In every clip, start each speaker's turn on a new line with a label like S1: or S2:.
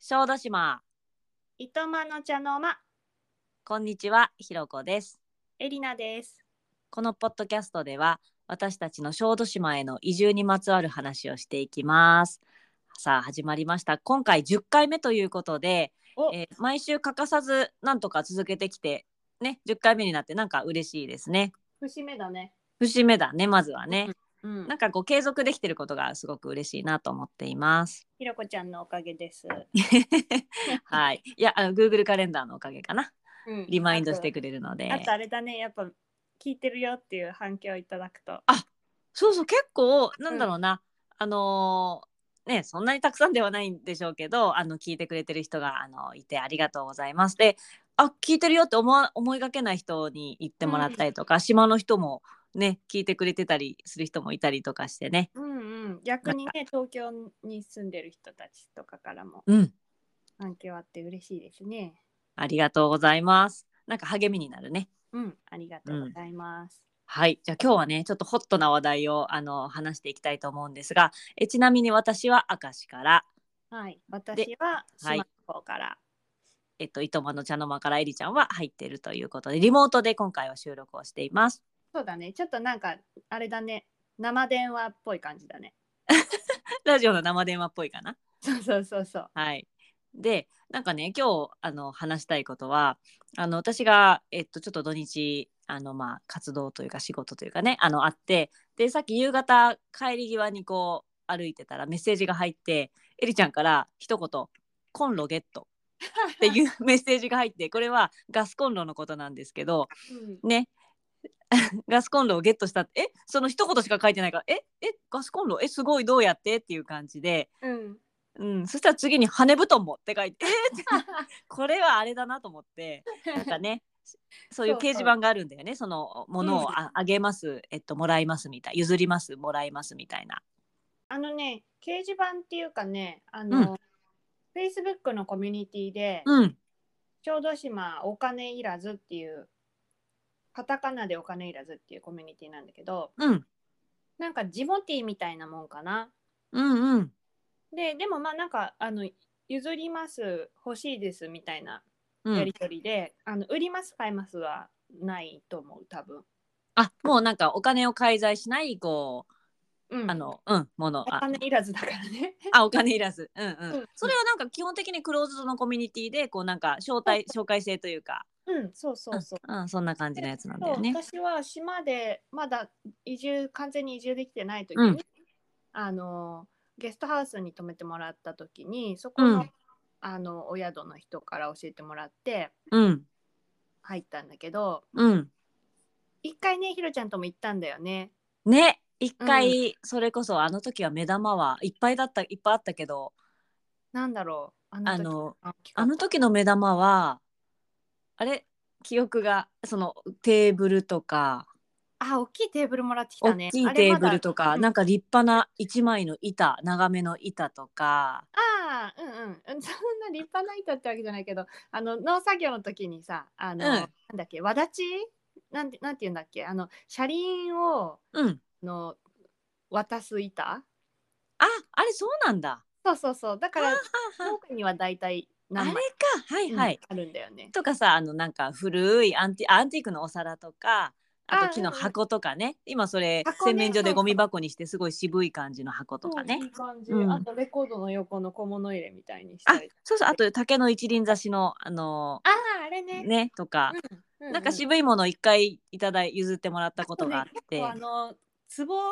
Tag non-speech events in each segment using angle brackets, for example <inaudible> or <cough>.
S1: 小豆島
S2: いとまの茶の間
S1: こんにちはひろこです
S2: エリナです
S1: このポッドキャストでは私たちの小豆島への移住にまつわる話をしていきますさあ始まりました今回10回目ということで、
S2: お
S1: えー毎週欠かさずなんとか続けてきてね10回目になってなんか嬉しいですね
S2: 節目だね
S1: 節目だねまずはね、
S2: うん
S1: なんかこう継続できてることがすごく嬉しいなと思ってい
S2: <laughs>
S1: ます
S2: ひろこちゃんのおかげです
S1: はいいやあの Google カレンダーのおかげかな
S2: うん
S1: リマインドしてくれるので
S2: あとあれだねやっぱ聞いてるよっていう反響いただくと
S1: そうそう結構なんだろうな、あのーねそんなにたくさんではないんでしょうけどあの聞いてくれてる人があのいてありがとうございますであ聞いてるよって思わ思いがけない人に言ってもらったりとか、島の人もね聞いてくれてたりする人もいたりとかしてね
S2: うんうん逆にね東京に住んでる人たちとかからも
S1: うん
S2: 反響あって嬉しいですね
S1: ありがとうございますなんか励みになるね
S2: うんありがとうございます、
S1: はいじゃあ今日はねちょっとホットな話題をあの話していきたいと思うんですがえちなみに私は明石から
S2: はい私は島の方から、
S1: えっと、いとまの茶の間からえりちゃんは入っているということで、リモートで今回は収録をしています。 <laughs>
S2: そうだねちょっとなんかあれだね生電話っぽい感じだね
S1: ラジオの生電話っぽいかな。
S2: そうそうそうそう
S1: はい。で、なんかね、今日、あの、話したいことは、あの、私が、えっと、ちょっと土日、あの、まあ、活動というか仕事というかね、あの、あって、で、さっき夕方、帰り際にこう、歩いてたらメッセージが入って、えりちゃんから一言、コンロゲットっていう <laughs> メッセージが入って、これはガスコンロのことなんですけど、
S2: うん
S1: ね <laughs> ガスコンロをゲットしたってえその一言しか書いてないからええガスコンロえすごいどうやってっていう感じで、
S2: うん
S1: <laughs> うん、そしたら次に「羽布団も」って書いてえこれはあれだなと思ってなんか <laughs> ねそういう
S2: そ
S1: 掲
S2: う
S1: 示板があるんだよねそのものをああげます、えっと、もらいますみたい譲りますもらいますみたいな。
S2: あのね掲示板っていうかねあの、Facebook のコミュニティで、
S1: うん、
S2: 小豆島お金いらずっていうカタカナでお金いらずっていうコミュニティなんだけど
S1: うん、
S2: なんかジモティーみたいなもんかな
S1: うん、うん、
S2: ででもまあなんかあの譲ります欲しいですみたいな
S1: う
S2: や
S1: ん
S2: り。取りで、あの売ります買いますはないと思う多分、
S1: あもうなんかお金を介在しないこ
S2: う、
S1: うんあのうんもの
S2: お
S1: あ
S2: 金いらずだからね <laughs>
S1: <laughs> あお金いらず、うんうん
S2: うん
S1: それはなんか基本的にクローズドのコミュニティでこうなんか招待紹介制というか、
S2: うんそうそうそう
S1: うんそんな感じのやつなんだよね
S2: そう。私は島でまだ移住完全に移住できてない時に、
S1: うん
S2: あのゲストハウスに泊めてもらった時にそこの,、
S1: うん
S2: あのお宿の人から教えてもらって
S1: うん
S2: 入ったんだけど
S1: うん
S2: 一回ねひろちゃんとも行ったんだよね。
S1: ね一回それこそあの時は目玉はいっぱいだったいっぱいあったけど
S2: なんだろうあの
S1: あ
S2: 時
S1: の
S2: あ企画
S1: あの時の目玉はあれ記憶がそのテーブルとか
S2: あ大きいテーブルもらってきた
S1: 大
S2: ね。
S1: きいテーブルと
S2: あ
S1: か、
S2: れまだ
S1: なんか立派な一枚の板長めの板とか
S2: ああうんうんうん <laughs> そんな立派な板ってわけじゃないけどあの農作業の時にさあの、
S1: うん
S2: なんだっけわだちなんてなんて言うんだっけあの車輪を
S1: うん
S2: あの渡す板
S1: ああれそうなんだ。
S2: そうそうそうだから
S1: あはは
S2: 僕には大体
S1: あれ
S2: 何
S1: か
S2: 枚
S1: はいはい。
S2: うんあるんだよね。
S1: とかさあのなんか古いアンティアンティークのお皿とかあと
S2: あ
S1: 木の箱とかね、今それ、
S2: 箱ね
S1: 洗面所
S2: そうそ
S1: で
S2: う
S1: ゴミ箱にしてすごい渋い感じの箱とかね
S2: そういい感じ、
S1: うん
S2: あとレコードの横の小物入れみたいにし
S1: あ
S2: たり
S1: そうそうあと竹の一輪挿しのあの
S2: あああれね
S1: ねとか、
S2: う
S1: なんか渋いものを一回いただい譲ってもらったことがあって、
S2: そうね結構あの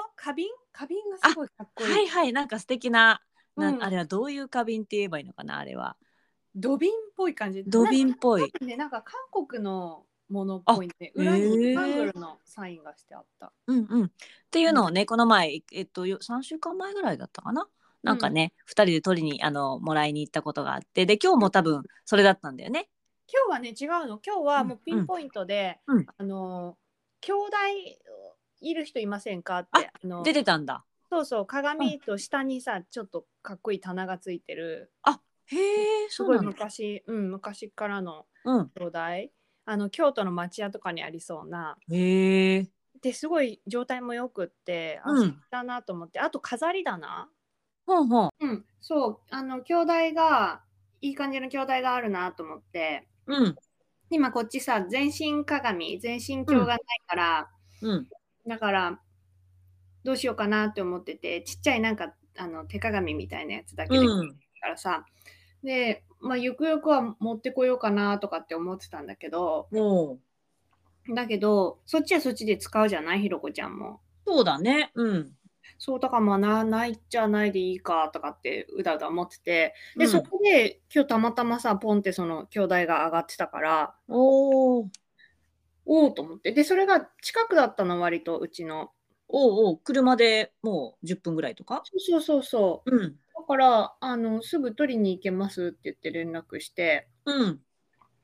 S2: 壺花瓶花瓶がすごいかっこいい、
S1: はいはいなんか素敵なな、
S2: うん
S1: あれはどういう花瓶って言えばいいのかなあれは
S2: 土瓶っぽい感じ
S1: 土瓶っぽ
S2: なん
S1: い
S2: かねなんか韓国のものっぽいね裏
S1: へ
S2: に
S1: え
S2: ハングルのサインがしてあった、
S1: うんうん、っていうのをね、この前、えっと、よ3週間前ぐらいだったかななんかね、2人で取りにあのもらいに行ったことがあってで今日も多分それだったんだよね。
S2: 今日はね違うの今日はもうピンポイントで、
S1: うんうん
S2: あの兄弟いる人いませんかって
S1: あ
S2: あの
S1: 出てたんだ。
S2: そうそう鏡と下にさちょっとかっこいい棚がついてる
S1: へえ
S2: す
S1: そ
S2: ご
S1: う
S2: い
S1: なんだ。
S2: 昔うん昔からの
S1: うん、
S2: 兄弟あの京都の町屋とかにありそうな
S1: へえ
S2: ですごい状態もよくってあ
S1: うん
S2: 素敵だなと思って、あと飾りだな
S1: ほんほん。
S2: うん、そうあの兄弟がいい感じの筐体があるなと思って
S1: うん
S2: 今こっちさ全身鏡全身鏡がないから、
S1: うん
S2: だからどうしようかなって思っててちっちゃいなんかあの手鏡みたいなやつだけで
S1: うん
S2: からさ、で、まあ、ゆくゆくは持ってこようかなとかって思ってたんだけど
S1: おう
S2: だけどそっちはそっちで使うじゃないひろこちゃんも。
S1: そうだねうん
S2: そうだからまあなないっちゃないでいいかとかってうだうだ思っててで、
S1: うん
S2: そこで今日たまたまさポンってその兄弟が上がってたから
S1: おう
S2: おおと思ってでそれが近くだったの割とうちの
S1: おうおう車でもう10分ぐらいとか
S2: そうそうそう
S1: うん
S2: だからあのすぐ取りに行けますって言って連絡して
S1: うん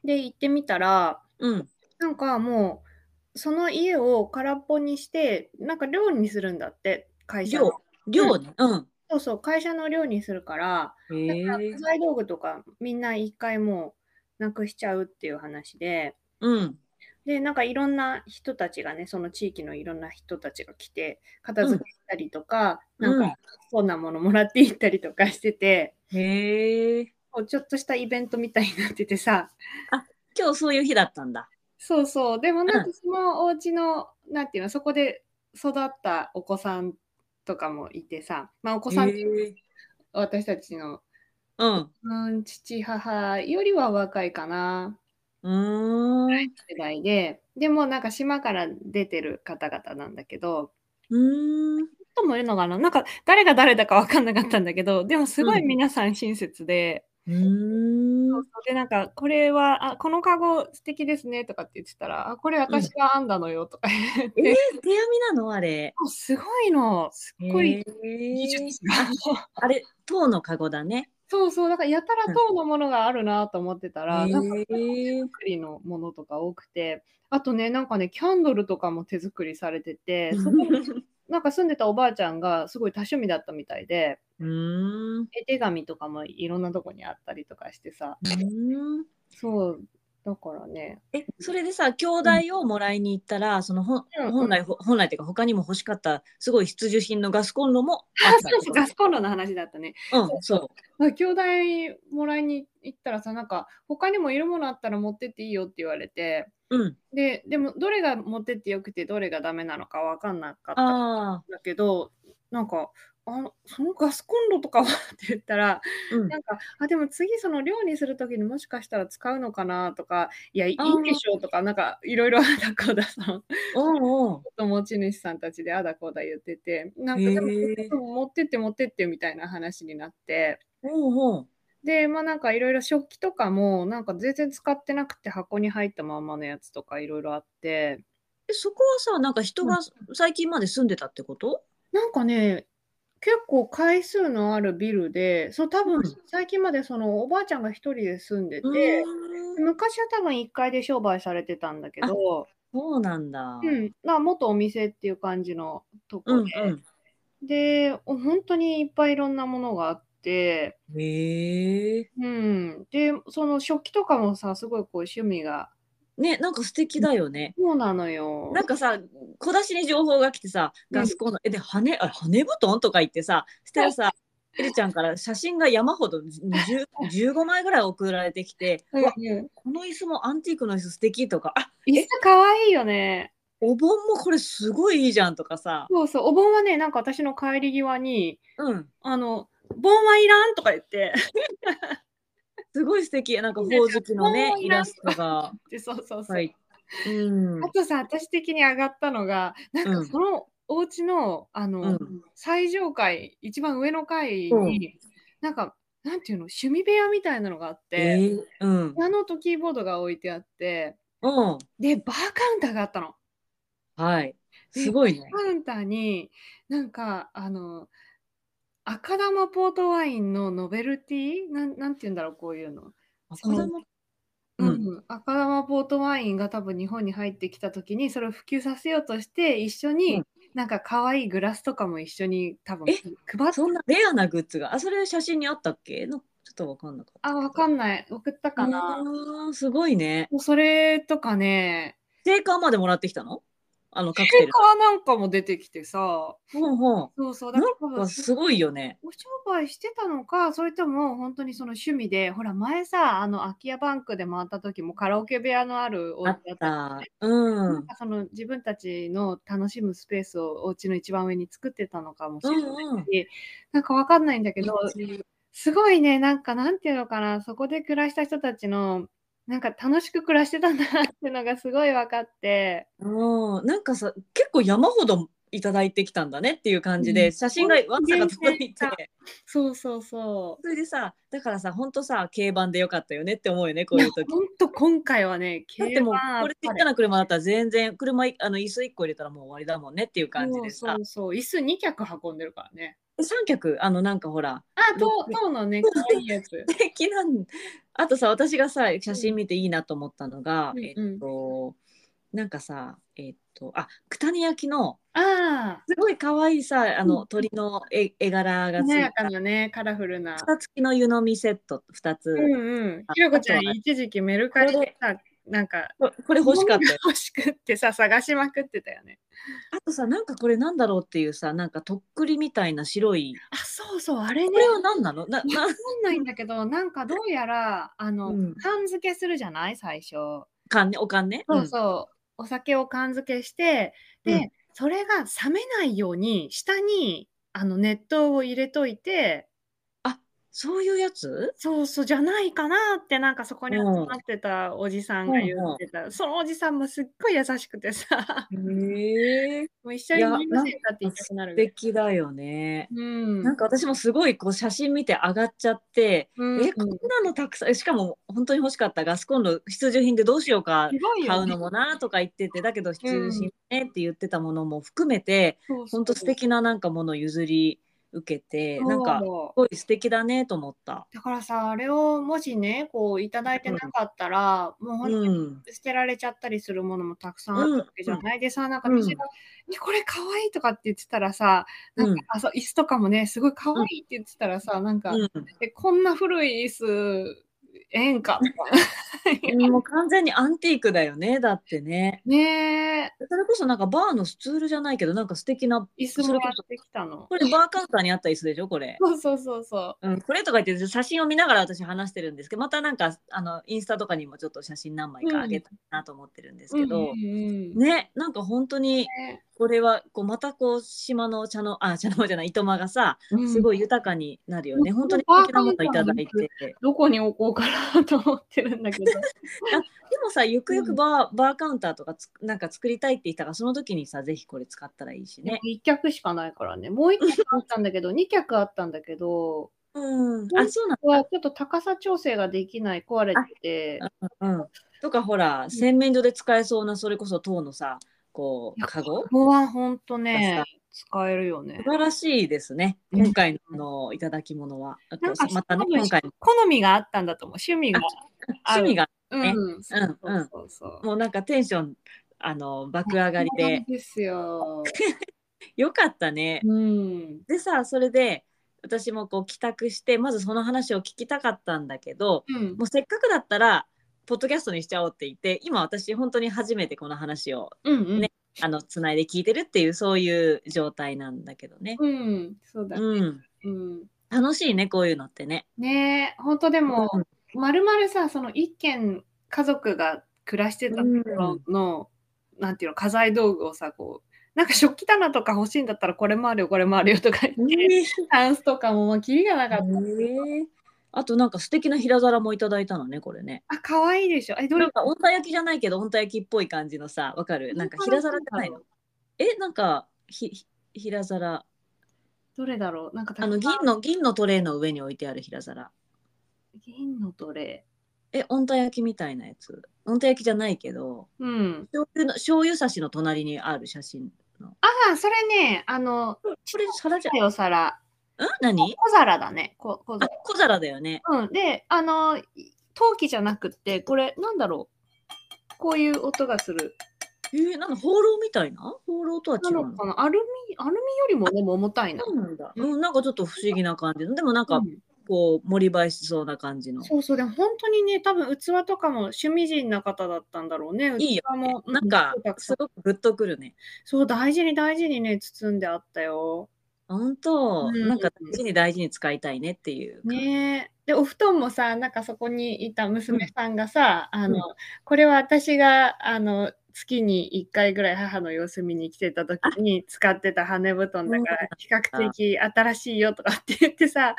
S2: で行ってみたら
S1: うん
S2: なんかもうその家を空っぽにしてなんか寮にするんだって会社の
S1: 寮量ねうん
S2: そうそう会社の寮にするから
S1: へ
S2: だから
S1: え
S2: 家財道具とかみんな一回もうなくしちゃうっていう話で
S1: うん
S2: でなんかいろんな人たちがねその地域のいろんな人たちが来て片付けしたりとか、
S1: うん
S2: なんかこんなものもらっていったりとかしてて、
S1: へえ
S2: こうちょっとしたイベントみたいになっててさ
S1: 今日そういう日だったんだ
S2: そうそうでもなん
S1: う
S2: かそのお家の、なんていうのそこで育ったお子さんとかもいてさまあお子さん、
S1: へえ
S2: 私たちの
S1: うん
S2: うん父母よりは若いかな
S1: うーん
S2: 世代ででもなんか島から出てる方々なんだけど
S1: うーん
S2: ともいるのかななんか誰が誰だか分かんなかったんだけどでもすごい皆さん親切で、
S1: うーん
S2: でなんかこれはあこのカゴ素敵ですねとかって言ってたらあこれ私が編んだのよとか <laughs> 言って、
S1: えー、手編みなのあれ。
S2: もうすごいのすっごい技
S1: へー
S2: 術が、 <laughs>
S1: あれ、塔のカゴだね。
S2: そうそうだからやたら塔のものがあるなと思ってたら、なんか
S1: へー
S2: 手 <laughs> 作りのものとか多くてあとねなんかねキャンドルとかも手作りされててそこになんか住んでたおばあちゃんがすごい多趣味だったみたいで
S1: うーん。う
S2: 絵手紙とかもいろんなとこにあったりとかしてさ
S1: ーん
S2: そうだからね
S1: え、それでさ、兄弟をもらいに行ったら、そのほん
S2: うん
S1: 本来、ほ本来っていうか、他にも欲しかった、すごい必需品のガスコンロもあ
S2: あ
S1: っ
S2: そうそう
S1: た
S2: ガスコンロの話だったね
S1: うん、そう。
S2: あ兄弟もらいに行ったらさなんか他にもいるものあったら持ってっていいよって言われて
S1: うん。
S2: ででもどれが持ってってよくてどれがダメなのか分かんなかったん
S1: ああ、
S2: だけどなんかあのそのガスコンロとかはって言ったら
S1: うん。
S2: <laughs> なんかあでも次その料理する時にもしかしたら使うのかなとかいやいい
S1: あー
S2: んでしょうとかなんかいろいろ <laughs> あだこうださん
S1: おうおう。
S2: と持ち主さんたちであだこうだ言っててなん
S1: へ
S2: か
S1: ー
S2: でも結局持ってって持ってってみたいな話になって。
S1: おうおう。
S2: でまあなんかいろいろ食器とかもなんか全然使ってなくて箱に入ったまんまのやつとかいろいろあって
S1: え、そこはさ、なんか人が最近まで住んでたってこと
S2: なんかね結構回数のあるビルでそう多
S1: う
S2: 分
S1: ん
S2: 最近までそのおばあちゃんが一人で住んでて、
S1: うーん
S2: 昔は多分1階で商売されてたんだけど、
S1: そうなんだ。
S2: うん、まあ元お店っていう感じのと
S1: う
S2: こ
S1: ん
S2: で、
S1: う
S2: でお本当にいっぱいいろんなものがあって、
S1: ん。へえ。
S2: うん、でその食器とかもさすごいこう趣味が
S1: ね、なんか素敵だよね。
S2: そうなのよ。
S1: なんかさ小出しに情報が来てさ
S2: うん
S1: ガスコンロ、えで羽あ羽布団とか言ってさしたらさエリちゃんから写真が山ほど10 15枚ぐらい送られてきて、
S2: うん
S1: わ
S2: うん
S1: この椅子もアンティークの椅子素敵とかあ
S2: 椅子かわいいよね。
S1: お盆もこれすごいいいじゃんとかさ
S2: そうそう、お盆はね、なんか私の帰り際に、
S1: うん
S2: あの、盆はいらんとか言
S1: <laughs>
S2: って、
S1: すごい素敵なんかほおずきのね
S2: もうい
S1: イ
S2: らん
S1: ラストが
S2: でそうそうそう。
S1: はいうん
S2: あとさ、私的に上がったのが、なん
S1: うん
S2: かそのお家の、あの、
S1: うん
S2: 最上階、一番上の階に、
S1: うん
S2: なんか、なんていうの、趣味部屋みたいなのがあって、
S1: えーうん
S2: ピアノとキーボードが置いてあって、
S1: うん
S2: で、バーカウンターがあったの。
S1: はいすごいね
S2: カウンターになんかあの赤玉ポートワインのノベルティーなんなんて言うんだろうこういうの、
S1: 赤玉
S2: う
S1: うんん
S2: 赤玉ポートワインが多分日本に入ってきた時にそれを普及させようとして一緒に、
S1: うん
S2: なんか可愛いグラスとかも一緒に多分
S1: え
S2: 配って
S1: そんなレアなグッズがあそれ写真にあったっけのちょっとわかんなかった
S2: あわかんない送ったかな、
S1: あーすごいね
S2: もうそれとかね
S1: 定価までもらってきたのあのカ
S2: メ
S1: クテ
S2: ー
S1: ル。
S2: カーなんかも出てきてさ、
S1: ほうほ
S2: そうそう、だから多
S1: う。なん
S2: 分
S1: かすごいよね。
S2: お商売してたのか、それとも本当にその趣味で、ほら、前さ、あの空き家バンクで回った時もカラオケ部屋のあるお
S1: あ
S2: 家
S1: っ
S2: だった
S1: た。うん。う
S2: なん
S1: ん
S2: かその自分たちの楽しむスペースをお家の一番上に作ってたのかもしれないし、
S1: うん。
S2: なんかわかんないんだけど、すごいね、なんかなんていうのかな、そこで暮らした人たちの、なんか楽しく暮らしてたんだなっていうのがすごい分かって、
S1: うん、なんかさ結構山ほどいただいてきたんだねっていう感じで、
S2: うん
S1: 写真がわんさか届いて
S2: 本当そうそうそ
S1: それでさだからさほんとさ軽バンでよかったよねって思うよねこ
S2: う。いうや
S1: いう時。
S2: ほんと今回はね、
S1: だってもう
S2: 軽バン
S1: これちっ
S2: あっぱ
S1: ちゃな車だったら全然車いあの椅子1個入れたらもう終わりだもんねっていう感じで
S2: そ
S1: さ
S2: うそうそう、椅子2脚運んでるからね。
S1: 三脚あのなんかほら <laughs>
S2: あ、と
S1: ろ
S2: う、とうのね、可愛いやつ。
S1: 素敵なんあとさ私がさ写真見ていいなと思ったのが、
S2: うん
S1: えっとなんかさえっとあ九谷焼の
S2: あ
S1: すごい可愛いさあ
S2: う
S1: の
S2: ん
S1: 鳥の絵絵柄
S2: あ、
S1: がつ
S2: 華や
S1: い
S2: か
S1: た
S2: なね、カラフルな。
S1: 蓋付きの湯飲みセット2つ、
S2: うんうん。ひろこちゃ
S1: あ
S2: ん
S1: と、は
S2: 一時期メルカリでさ、なんか、
S1: ここれ欲しかったよ
S2: 欲しくってさ、探しまくってたよね。
S1: あとさなんかこれなんだろうっていうさなんかとっくりみたいな白い
S2: あ、そうそう、あれね。
S1: これは何なのなな
S2: わかんないんだけど、なんかどうやら、あの、
S1: うん
S2: 缶付けするじゃない最初。
S1: かんねおかんね
S2: そうそう。お酒を缶付けして、で、
S1: うん
S2: それが冷めないように、下に、あの、熱湯を入れといて、
S1: あそういうやつ
S2: そうそうじゃないかなって、なんかそこに集
S1: うん
S2: まってたおじさんが言ってた。そのおじさんもすっごい優しくてさ、
S1: へえ
S2: <laughs> もう一緒に飲みませんかって言いたくなる
S1: 素
S2: ぐらい。
S1: 敵だよね、
S2: うん
S1: なんか私もすごいこう写真見て上がっちゃって、
S2: うん、
S1: えこんなのたくさんえしかも本当に欲しかったガスコンロ必需品でどうしようか
S2: すごいよね
S1: 買うのもなとか言っててだけど必需品ねって言ってたものも含めて、
S2: そうそう
S1: 本当素敵ななんかものを譲り受けてなんかす
S2: そう
S1: ごい素敵だねと思った。
S2: だからさあれをもしねこういただいてなかったら、もう
S1: う
S2: 本当に
S1: ん、
S2: 捨てられちゃったりするものもたくさんあるわけじゃない、でさなんか
S1: うん
S2: 私が、えこれ可愛いとかって言ってたらさなんか、あそう椅子とかもねすごい可愛いって言ってたらさなんか、
S1: うん
S2: えこんな古い椅子ええんかみたいな
S1: もう完全にアンティークだよねだってね
S2: ねえ
S1: それこそなんかバーのスツールじゃないけどなんか素敵な
S2: 椅子もらってきたの
S1: これバーカウンターにあった椅子でしょこれ、
S2: そうそうそうそ
S1: うん、これとか言って写真を見ながら私話してるんですけどまたなんかあのインスタとかにもちょっと写真何枚かあげたいなと思ってるんです
S2: う
S1: けど、
S2: うんうんうん
S1: ねなんか本当に
S2: ね
S1: これはこうまたこう島の茶のあ茶の間じゃない糸間がさすごい豊かになるよね、
S2: うん
S1: 本当に素敵なものをいただいてで
S2: どこに置こうかなと思ってるんだけど
S1: もさゆくゆくバー,、バーカウンターとかつなんか作りたいって言ったからその時にさぜひこれ使ったらいいしね。
S2: 1脚しかないからね。もう1脚あったんだけど、2脚あったんだけど、
S1: うん、
S2: う
S1: あ
S2: ん
S1: そうなん
S2: ここはちょっと高さ調整ができない、壊れてて、
S1: うん、とかほら洗面所で使えそうなそれこそ塔のさこ
S2: いうや
S1: カゴ
S2: ここはほんとね、使えるよね
S1: 素。晴らしいですね
S2: うん
S1: 今回のあのいただき物は。あと
S2: なんか
S1: またね
S2: 多分
S1: 今回の
S2: 好みがあったんだと思う、趣味が。
S1: 趣味がね
S2: うん、そうそうそう。
S1: もうなんかテンションあの爆上がり
S2: そうな
S1: で
S2: んですよ。
S1: よかったね。
S2: うん。
S1: でさそれで私もこう帰宅してまずその話を聞きたかったんだけど
S2: うん
S1: もうせっかくだったらポッドキャストにしちゃおうって言って今私本当に初めてこの話を
S2: うん。
S1: ねあのつないで聞いてるっていうそういう状態なんだけどね。
S2: うん。そうだ。
S1: うん、
S2: うん。
S1: 楽しいねこういうのってね。
S2: ねえ、ほんとでも、
S1: うん
S2: まるまるさその一軒家族が暮らしてたところの、なんていうの家財道具をさこうなんか食器棚とか欲しいんだったらこれもあるよこれもあるよとか言って、
S1: ね
S2: タンスとかももうキリがなかった、
S1: えあとなんか素敵な平皿もいただいたのねこれね。
S2: あ可愛いでしょえど
S1: な
S2: れ
S1: んか温帯焼きじゃないけど温帯焼きっぽい感じのさわかるなんか平皿じゃないのえなんかひひ平皿
S2: どれだろうなんかた
S1: あの銀の銀のトレイの上に置いてある平皿。
S2: 銀のどれ
S1: え、温帯焼きみたいなやつ。温帯焼きじゃないけど、
S2: うん
S1: 醤油の醤油差しの隣にある写真の。
S2: あそれねあの
S1: これ皿じゃん。
S2: お皿
S1: ん何
S2: 小皿だねこ小
S1: あ
S2: 皿、
S1: 小皿だよね。
S2: うんであのい陶器じゃなくってこれなんだろうこういう音がする
S1: えー、なんか放浪みたいな放浪とは
S2: な
S1: 違う
S2: の
S1: の
S2: かなアルミ、アルミよりもでも重たいな。
S1: そうなんだ。
S2: う
S1: うん、なんかちょっと不思議な感じ。でもなんか、
S2: うん
S1: 構盛り映えしそうな感じの。
S2: そうそう、でも本当にね、多分器とかも趣味人な方だったんだろうね。
S1: いいよ
S2: 器も、う
S1: なんか
S2: すごいた、くさ
S1: す
S2: ん
S1: ごくグッとくるね。
S2: そう、大事に大事にね、包んであったよ。
S1: 本当、
S2: うん
S1: なんか大事に大事に使いたいねっていう。
S2: ねえ。で、お布団もさ、なんかそこにいた娘さんがさ、あの、これは私が、あの、月に1回ぐらい母の様子見に来てた時に使ってた羽根布団だか
S1: そう
S2: ら、比較的新しいよとかって言ってさ、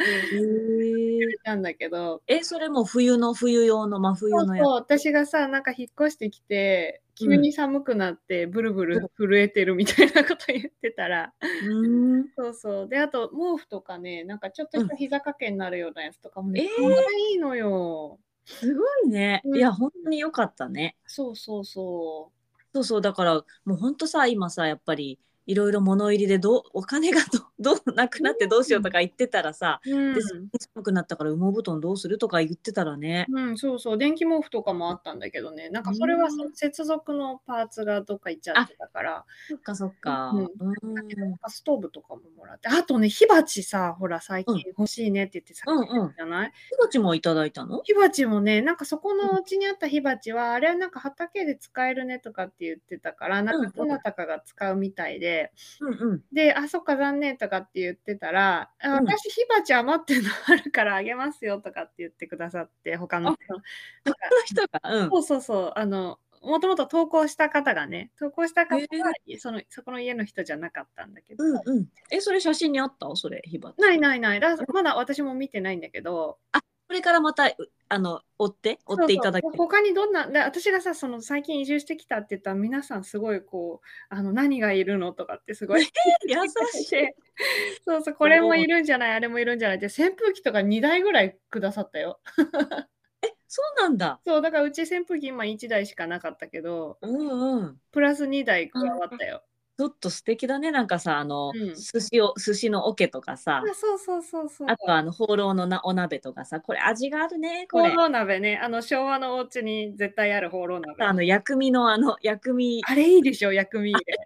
S2: なんだけど、
S1: え、それも冬の冬用の真冬
S2: そう
S1: のやつ
S2: そう私がさなんか引っ越してきて急に寒くなってブルブル震えてるみたいなこと言ってたら、。
S1: うん
S2: そうそうであと毛布とかねなんかちょっとした膝掛けになるようなやつとかもね、
S1: えー
S2: 可愛いのよ
S1: すごいね。
S2: うん
S1: いや、本当に良かったね。
S2: そうそうそ
S1: そうそう、だから、もう本当さ、今さ、やっぱり。いろいろ物入りでどうお金がどどうなくなってどうしようとか言ってたらさ、
S2: う、うん
S1: です寒くなったから羽毛布団どうするとか言ってたらね、
S2: うん、そうそう電気毛布とかもあったんだけどねなんかそれはその接続のパーツがどっか行っちゃってたから
S1: そっかそっか、
S2: う
S1: うんん
S2: なんかストーブとかももらってあとね火鉢さほら最近
S1: うん
S2: 欲しいねって言ってさ、
S1: うんうん
S2: じゃない
S1: 気持ちもいただいたの
S2: 火鉢もね、なんかそこのうちにあった火鉢は、あれはなんか畑で使えるねとかって言ってたから、なんかどなたかが使うみたいで、
S1: うんうん
S2: で、あ、そっか、残念とかって言ってたら、あ
S1: うん
S2: 私火鉢余ってるのあるからあげますよとかって言ってくださって、他の人。なんか
S1: 人がうん
S2: そうそうそう、あの、もともと投稿した方がね、投稿した方
S1: へ
S2: は、そのそこの家の人じゃなかったんだけど、
S1: うんうんえそれ写真にあったそれ火鉢
S2: ないないない、だまだ私も見てないんだけど、
S1: これからまたうあの追って追っていただけ
S2: そうそう他にどんなで私がさその最近移住してきたって言ったら皆さんすごいこうあの何がいるのとかってすご
S1: <laughs>
S2: い
S1: 優しい
S2: <laughs> そうそうこれもいるんじゃないあれもいるんじゃないって扇風機とか2台ぐらいくださったよ
S1: そうなんだ
S2: そうだからうち扇風機今1台しかなかったけど
S1: うんうん
S2: プラス2台加わったよ、
S1: ちょっと素敵だねなんかさあの、
S2: うん
S1: 寿司を寿司の桶とかさ
S2: あそうそうそうそう
S1: あとあのほうろうのなお鍋とかさこれ味があるねこ
S2: ほう
S1: れ
S2: ろう鍋ねあの昭和のお家に絶対あるほうろう鍋
S1: あの薬味のあの薬味 <laughs>
S2: あれいいでしょ薬味入れ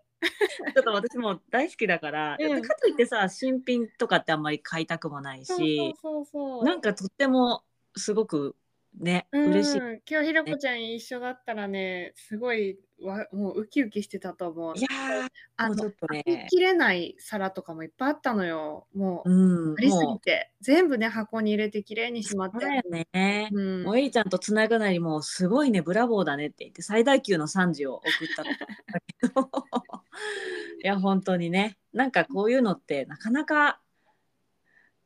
S1: ちょっと私も大好きだから、
S2: うん
S1: かといってさ新品とかってあんまり買いたくもないし
S2: そうそうそうそう
S1: なんかとってもすごくね、
S2: うん
S1: 嬉しい。
S2: 今日ひろこちゃん一緒だったらね、すごいわもうウキウキしてたと思う。
S1: いやー
S2: あ
S1: もうちょ
S2: の
S1: っとね、
S2: 食いきれない皿とかもいっぱいあったのよ。もう、
S1: うん、
S2: ありすぎ
S1: も
S2: て。全部ね、箱に入れてきれいにしまっ
S1: う
S2: て
S1: だ。よね。
S2: うん
S1: もうエリちゃんとつなぐなりもうすごいねブラボーだねって言って最大級の賛辞を送ったんだけど <laughs> いや本当にねなんかこういうのってなかなか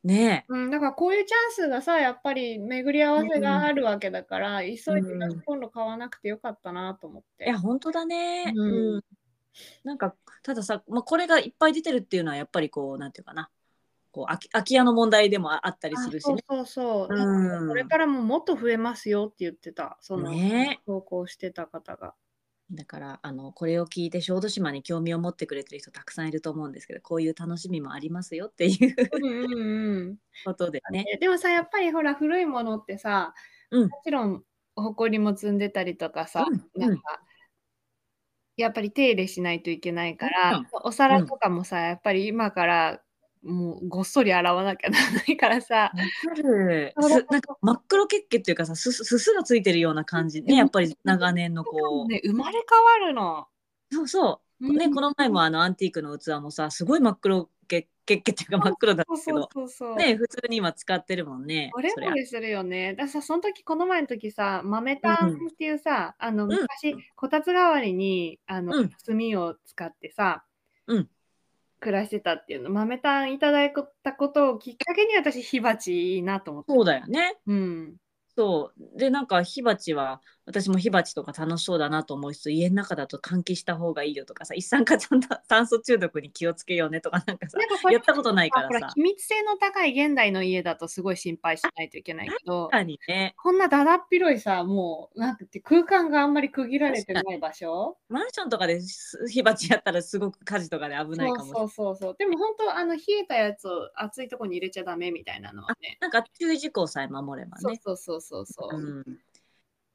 S1: ね
S2: うん、だからこういうチャンスがさ、やっぱり巡り合わせがあるわけだから、急いでガスコンロ買わなくてよかったなと思っ
S1: え
S2: て。
S1: いや本当だね、
S2: うん
S1: うんなんかたださ、まあ、これがいっぱい出てるっていうのはやっぱりこうなんていうかなこう空き空き家の問題でもああったり
S2: あ
S1: するし
S2: そう
S1: ね。
S2: そうそう。
S1: うん
S2: だからこれからももっと増えますよって言ってた、その、
S1: ね
S2: 投稿してた方が。
S1: だからあのこれを聞いて小豆島に興味を持ってくれてる人たくさんいると思うんですけどこういう楽しみもありますよっていう <laughs>
S2: うんうんうん。
S1: ことでね。
S2: でもさやっぱりほら古いものってさ、
S1: うん
S2: もちろん埃も積んでたりとかさ、
S1: うん
S2: なんかやっぱり手入れしないといけないから、
S1: うん
S2: お皿とかもさやっぱり今からもうごっそり洗わなきゃならないからさ、
S1: わかるすなんか真っ黒血血っていうかさすすすがついてるような感じ
S2: うん
S1: ねやっぱり長年のこう
S2: ね、生まれ変わるの。
S1: そうそう、ね、
S2: うん
S1: この前もあのアンティークの器もさすごい真っ黒血血血っていうか真っ黒だったけ
S2: そう
S1: ど
S2: そうそうそう。
S1: ね普通に今使ってるもんね
S2: オレ
S1: そりゃ
S2: モレするよね。だからさ、その時、この前の時さ、豆炭
S1: うん
S2: っていうさ、あの、
S1: ん
S2: 昔、こたつ代わりに、あの、
S1: うん
S2: 炭を使ってさ、
S1: うん
S2: 暮らしてたっていうの、豆炭いただいたことをきっかけに私、火鉢いいなと思って。
S1: そうだよね
S2: うん。
S1: そうでなんか火鉢は私も火鉢とか楽しそうだなと思いつつ家の中だと換気した方がいいよとかさ一酸化炭素中毒に気をつけようねとかなんかさ
S2: なんかこれ
S1: やったことないから
S2: ほら、
S1: さ
S2: 気密性の高い現代の家だとすごい心配しないといけないけど
S1: 確、かにね
S2: こんなだだっ広いさ、もう、なんて言って空間があんまり区切られてない場所
S1: マンションとかです火鉢やったらすごく火事とかで危ないかもしれない
S2: そうそうそうそうでも本当あの冷えたやつを熱いとこに入れちゃダメみたいなのはね
S1: なんか注意事項さえ守れば
S2: そう
S1: ね
S2: そうそうそうそう、
S1: うん、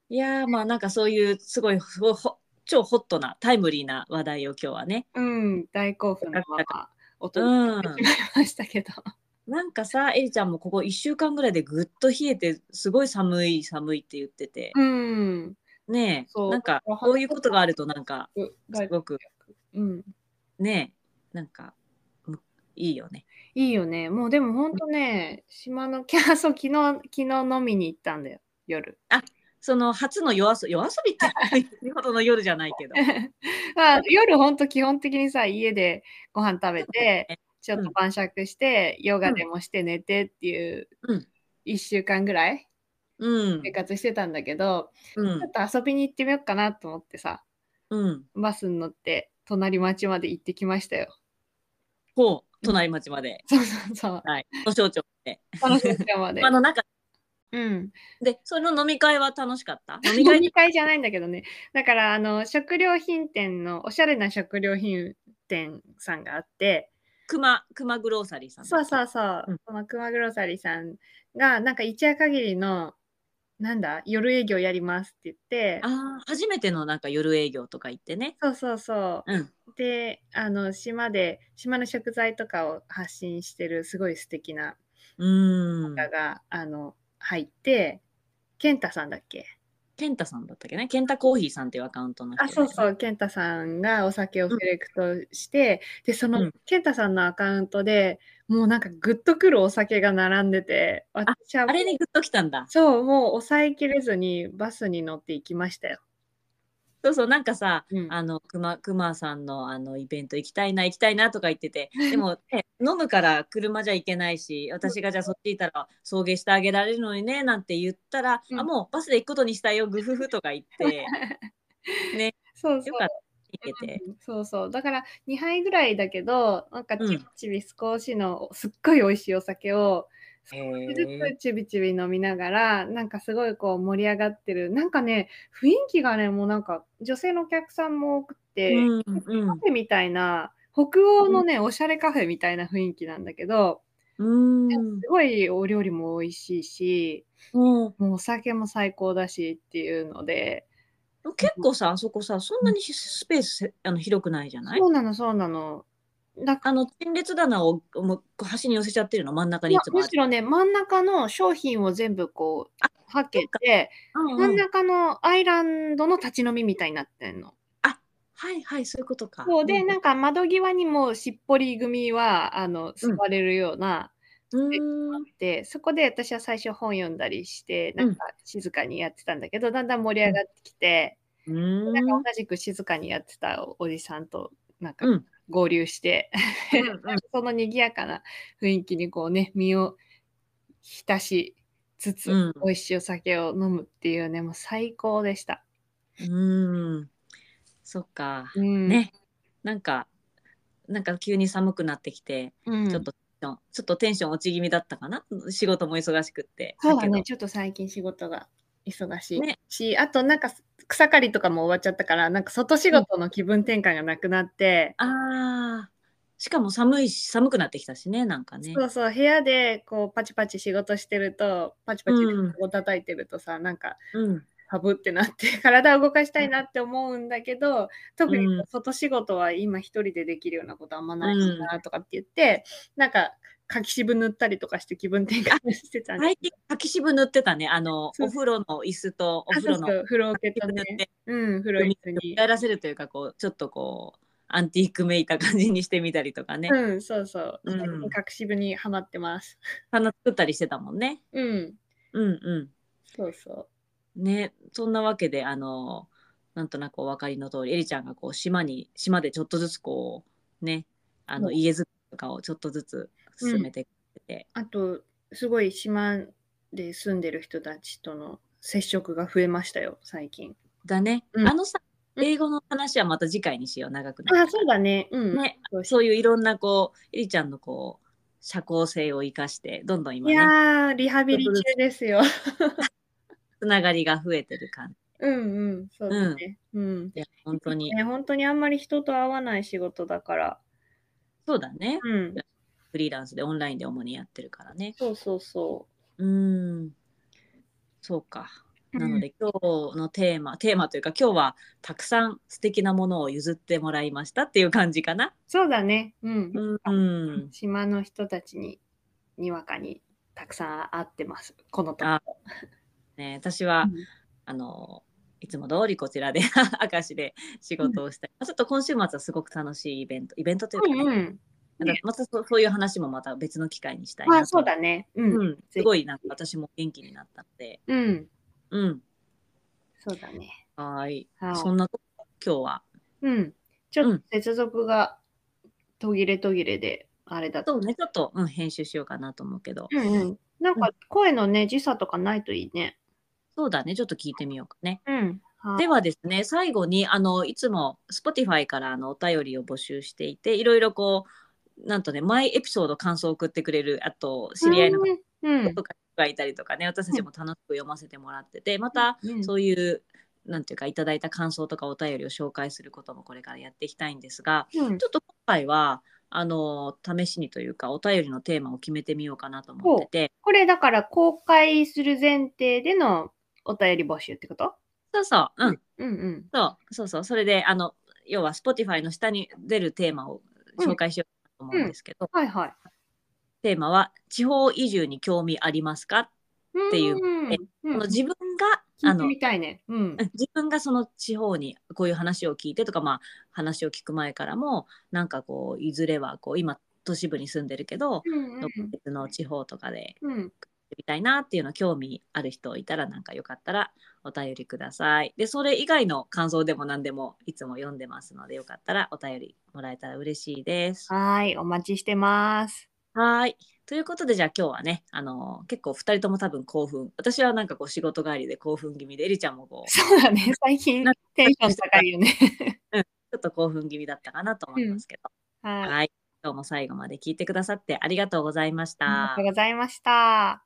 S1: いやーまあなんかそういうすごいほほ超ホットなタイムリーな話題を今日はね
S2: うん、大興奮のままお
S1: う
S2: 届
S1: ん
S2: けしましたけど、
S1: なんかさエリちゃんもここ1週間ぐらいでぐっと冷えてすごい寒い寒いって言ってて、
S2: うん。
S1: ねえ
S2: そう
S1: なんかこういうことがあるとなんかすごく
S2: うん。
S1: ねえなんかむいいよね。
S2: いいよね。もうでもほんとね、島のキャー、そう、昨日、昨日飲みに行ったんだよ、夜。
S1: その初の夜遊び夜遊びって言うほどの夜じゃないけど。
S2: <laughs> まあ、夜ほんと基本的にさ、家でご飯食べて、ちょっ
S1: う
S2: と
S1: ん
S2: 晩酌して、ヨガでもして寝てっていう、
S1: うん
S2: 1週間ぐらい
S1: うん
S2: 生活してたんだけど、
S1: うん
S2: ちょっと遊びに行ってみようかなと思ってさ、
S1: うん。
S2: バスに乗って、隣町まで行ってきましたよ。 <laughs>
S1: こう隣町まで。
S2: そうそ
S1: <laughs>
S2: うそう。
S1: はい。の省庁まで。
S2: 楽しい時間まで
S1: あ。の中
S2: うん。
S1: でその飲み会は楽しか
S2: <laughs>
S1: った。飲み
S2: 飲
S1: 会
S2: み会じゃないんだけどね。だから、あの、食料品店の、おしゃれな食料品店さんがあって、
S1: 熊熊グローサリーさん。
S2: そうそうそう
S1: うん、
S2: この熊グローサリーさんが、なんか一夜限りの、なんだ、夜営業やりますって言って、
S1: あー初めてのなんか夜営業とか行ってね。
S2: そうそうそ
S1: うん。
S2: う。で、あの、島で、島の食材とかを発信してる、すごい素敵な
S1: うーん。
S2: 方が、あの、入って、健太さんだっけ
S1: 健太さんだったっけね。健太コーヒーさんっていうアカウントの人、。
S2: あそうそうう健太さんがお酒をセレクトして、でそうの
S1: ん
S2: 健太さんのアカウントでもうなんかグッとくるお酒が並んでて私は
S1: あれにグッときたんだ。
S2: そうもう抑えきれずにバスに乗って行きましたよ。
S1: そうそうなんかさ、
S2: うん
S1: あの熊熊さんのあのイベント行きたいな行きたいなとか言ってて、でも、ね、飲むから車じゃ行けないし、私がじゃあそっち行ったら送迎してあげられるのにねなんて言ったら、
S2: うん
S1: あもうバスで行くことにしたよグフフとか言って、
S2: <laughs> そうそ
S1: よ
S2: う
S1: かった行けて。
S2: うんそうそうだから2杯ぐらいだけどなんか
S1: うん
S2: ちびちび少しのすっごい美味しいお酒を
S1: へ
S2: 少しず
S1: ー
S2: つちびちび飲みながらなんかすごいこう盛り上がってるなんかね雰囲気がねもうなんか女性のお客さんも多くて、
S1: うんうん
S2: カフェみたいな北欧のね、おしゃれカフェみたいな雰囲気なんだけど
S1: うん
S2: すごいお料理も美味しいし
S1: うん
S2: もうお酒も最高だしっていうので
S1: 結構さあそこさそんなにスペースあの広くないじゃない
S2: そうなのそうなのだか
S1: あの陳列棚をもう端に寄せちゃってるの真ん中
S2: ら
S1: にい
S2: ま
S1: つも
S2: む
S1: ある
S2: し。ろね真ん中の商品を全部こうはけて
S1: うんう
S2: 真ん
S1: ん
S2: 中のアイランドの立ち飲みみたいになってんの。
S1: はいはいそういうことか。
S2: そうで
S1: ん
S2: なんか窓際にもしっぽり組はあの座れるような、
S1: うん
S2: でそこで私は最初本読んだりしてなんか静かにやってたんだけど、だんだん盛り上がってきて、
S1: うん
S2: なんか同じく静かにやってたおじさんとなんか
S1: うん
S2: 合流して、
S1: うん
S2: <laughs> その賑やかな雰囲気にこうね身を浸しつつ、
S1: うん
S2: 美味しいお酒を飲むっていうねもう最高でした。
S1: うん、そっか、
S2: うん
S1: ね、なんか、なんか急に寒くなってきて、
S2: うん
S1: ちょっと、ちょっとテンション落ち気味だったかな、仕事も忙しくって。
S2: そうだ
S1: けど
S2: ねちょっと最近仕事が忙しい、
S1: ね
S2: しあとなんか草刈りとかも終わっちゃったからなんか外仕事の気分転換がなくなって。
S1: ああ、しかも寒いし、寒くなってきたしね、なんかね。
S2: そうそう部屋でこうパチパチ仕事してるとパチパチ
S1: うん
S2: を叩いてるとさ、なんか
S1: うん、
S2: ハブってなって <laughs> 体を動かしたいなって思うんだけど特に外仕事は今一人でできるようなことあんまないなとかって言って、なんか柿渋塗ったりとかして気分転換してたんで
S1: 最近、柿渋塗ってたね、あの、
S2: そう
S1: お風呂の椅子とお
S2: あ
S1: 風
S2: そ
S1: 呂
S2: うそ
S1: の
S2: う風呂桶
S1: 柿
S2: と
S1: 渋塗っ
S2: ね
S1: て、
S2: うん風呂椅子に
S1: やらせるというか、こう、ちょっとこう、アンティークめいた感じにしてみたりとかね、
S2: うんそうそう
S1: うん
S2: 最近隠し部にはまってます
S1: 花作ったりしてたもんね。
S2: うん
S1: うんうん。
S2: そうそう
S1: ね、そんなわけであのなんとなくお分かりの通りエリちゃんがこう島に島でちょっとずつこうねあの
S2: うん
S1: 家づくりとかをちょっとずつ進めてくれて、
S2: あと、すごい島で住んでる人たちとの接触が増えましたよ、最近。
S1: だね、
S2: うん
S1: あのさ
S2: うん
S1: 英語の話はまた次回にしよう長くな
S2: あ、
S1: るか
S2: そうだね。うん。
S1: らね
S2: そうし
S1: そういういろんなこうエリちゃんのこう社交性を生かしてどんどん今
S2: い
S1: ね
S2: やー、リハビリ中ですよ。 <laughs>
S1: つながりが増えてる感じ
S2: うんうん、そうだね。うん。
S1: で本当に
S2: ね、本当にあんまり人と会わない仕事だから。
S1: そうだね
S2: うん。
S1: フリーランスでオンラインで主にやってるからね
S2: そうそうそう
S1: ーんそうか
S2: う。
S1: なので今日のテーマテーマというか今日はたくさん素敵なものを譲ってもらいましたっていう感じかな。
S2: そうだね。うん。
S1: うん、
S2: 島の人たちににわかにたくさん会ってますこのと
S1: あ
S2: こ
S1: ね、私は、
S2: ろ
S1: あのいつも通りこちらで <laughs> 明石で仕事をしたり、まあちょっと今週末はすごく楽しいイベントイベントというか、
S2: う
S1: ね
S2: んうん
S1: なんかまたそうそういう話もまた別の機会にしたい
S2: ま
S1: な
S2: あ
S1: と
S2: そうだねうん
S1: うん、すごいなんか私も元気になったので、
S2: うん
S1: うん、
S2: そうだね
S1: はい
S2: はい
S1: そんなとこ今日は
S2: うんち
S1: う
S2: ょっと
S1: ん
S2: 接続が途切れ途切れであれだった
S1: そうねちょっと、うん、編集しようかなと思うけど
S2: うんうんなんか声のね時差とかないといいね
S1: そうだねちょっと聞いてみようかね。
S2: うんはい
S1: ではですね最後にあのいつも Spotify からあのお便りを募集していていろいろこうなんとね毎エピソード感想を送ってくれるあと知り合いの方
S2: うん
S1: とかがいたりとかね私たちも楽しく読ませてもらっててまた
S2: うん
S1: そういうなんていうかいただいた感想とかお便りを紹介することもこれからやっていきたいんですが
S2: うん
S1: ちょっと今回はあの試しにというかお便りのテーマを決めてみようかなと思ってて
S2: これだから公開する前提でのお便り募集ってこと
S1: そうそううん
S2: うんうん
S1: そうそうそうそれであの要は Spotify の下に出るテーマを紹介しようかなと思うんですけど、
S2: はいはい
S1: テーマは「地方移住に興味ありますか?っていう
S2: うん
S1: え
S2: う
S1: こ
S2: ん
S1: の自分があ
S2: 聞いて
S1: の
S2: みたいね。うん。
S1: 自分がその地方にこういう話を聞いてとか、まあ、話を聞く前からもなんかこういずれはこう今都市部に住んでるけど、 <laughs>
S2: うんうん
S1: 別の地方とかで
S2: うん。
S1: みたいなっていうの興味ある人いたらなんかよかったらお便りください。でそれ以外の感想でも何でもいつも読んでますのでよかったらお便りもらえたら嬉しいです。
S2: はーい、お待ちしてます。
S1: はい。ということで、じゃあ今日はね、あの結構2人とも多分興奮。私はなんかこう仕事帰りで興奮気味で、エリちゃんもこう、ち
S2: そうだね、最近
S1: なん
S2: テンション高いよね。
S1: ょっと興奮気味だったかなと思いますけど。
S2: はい。
S1: はい。今日も最後まで聞いてくださってありがとうございました。
S2: ありがとうございました。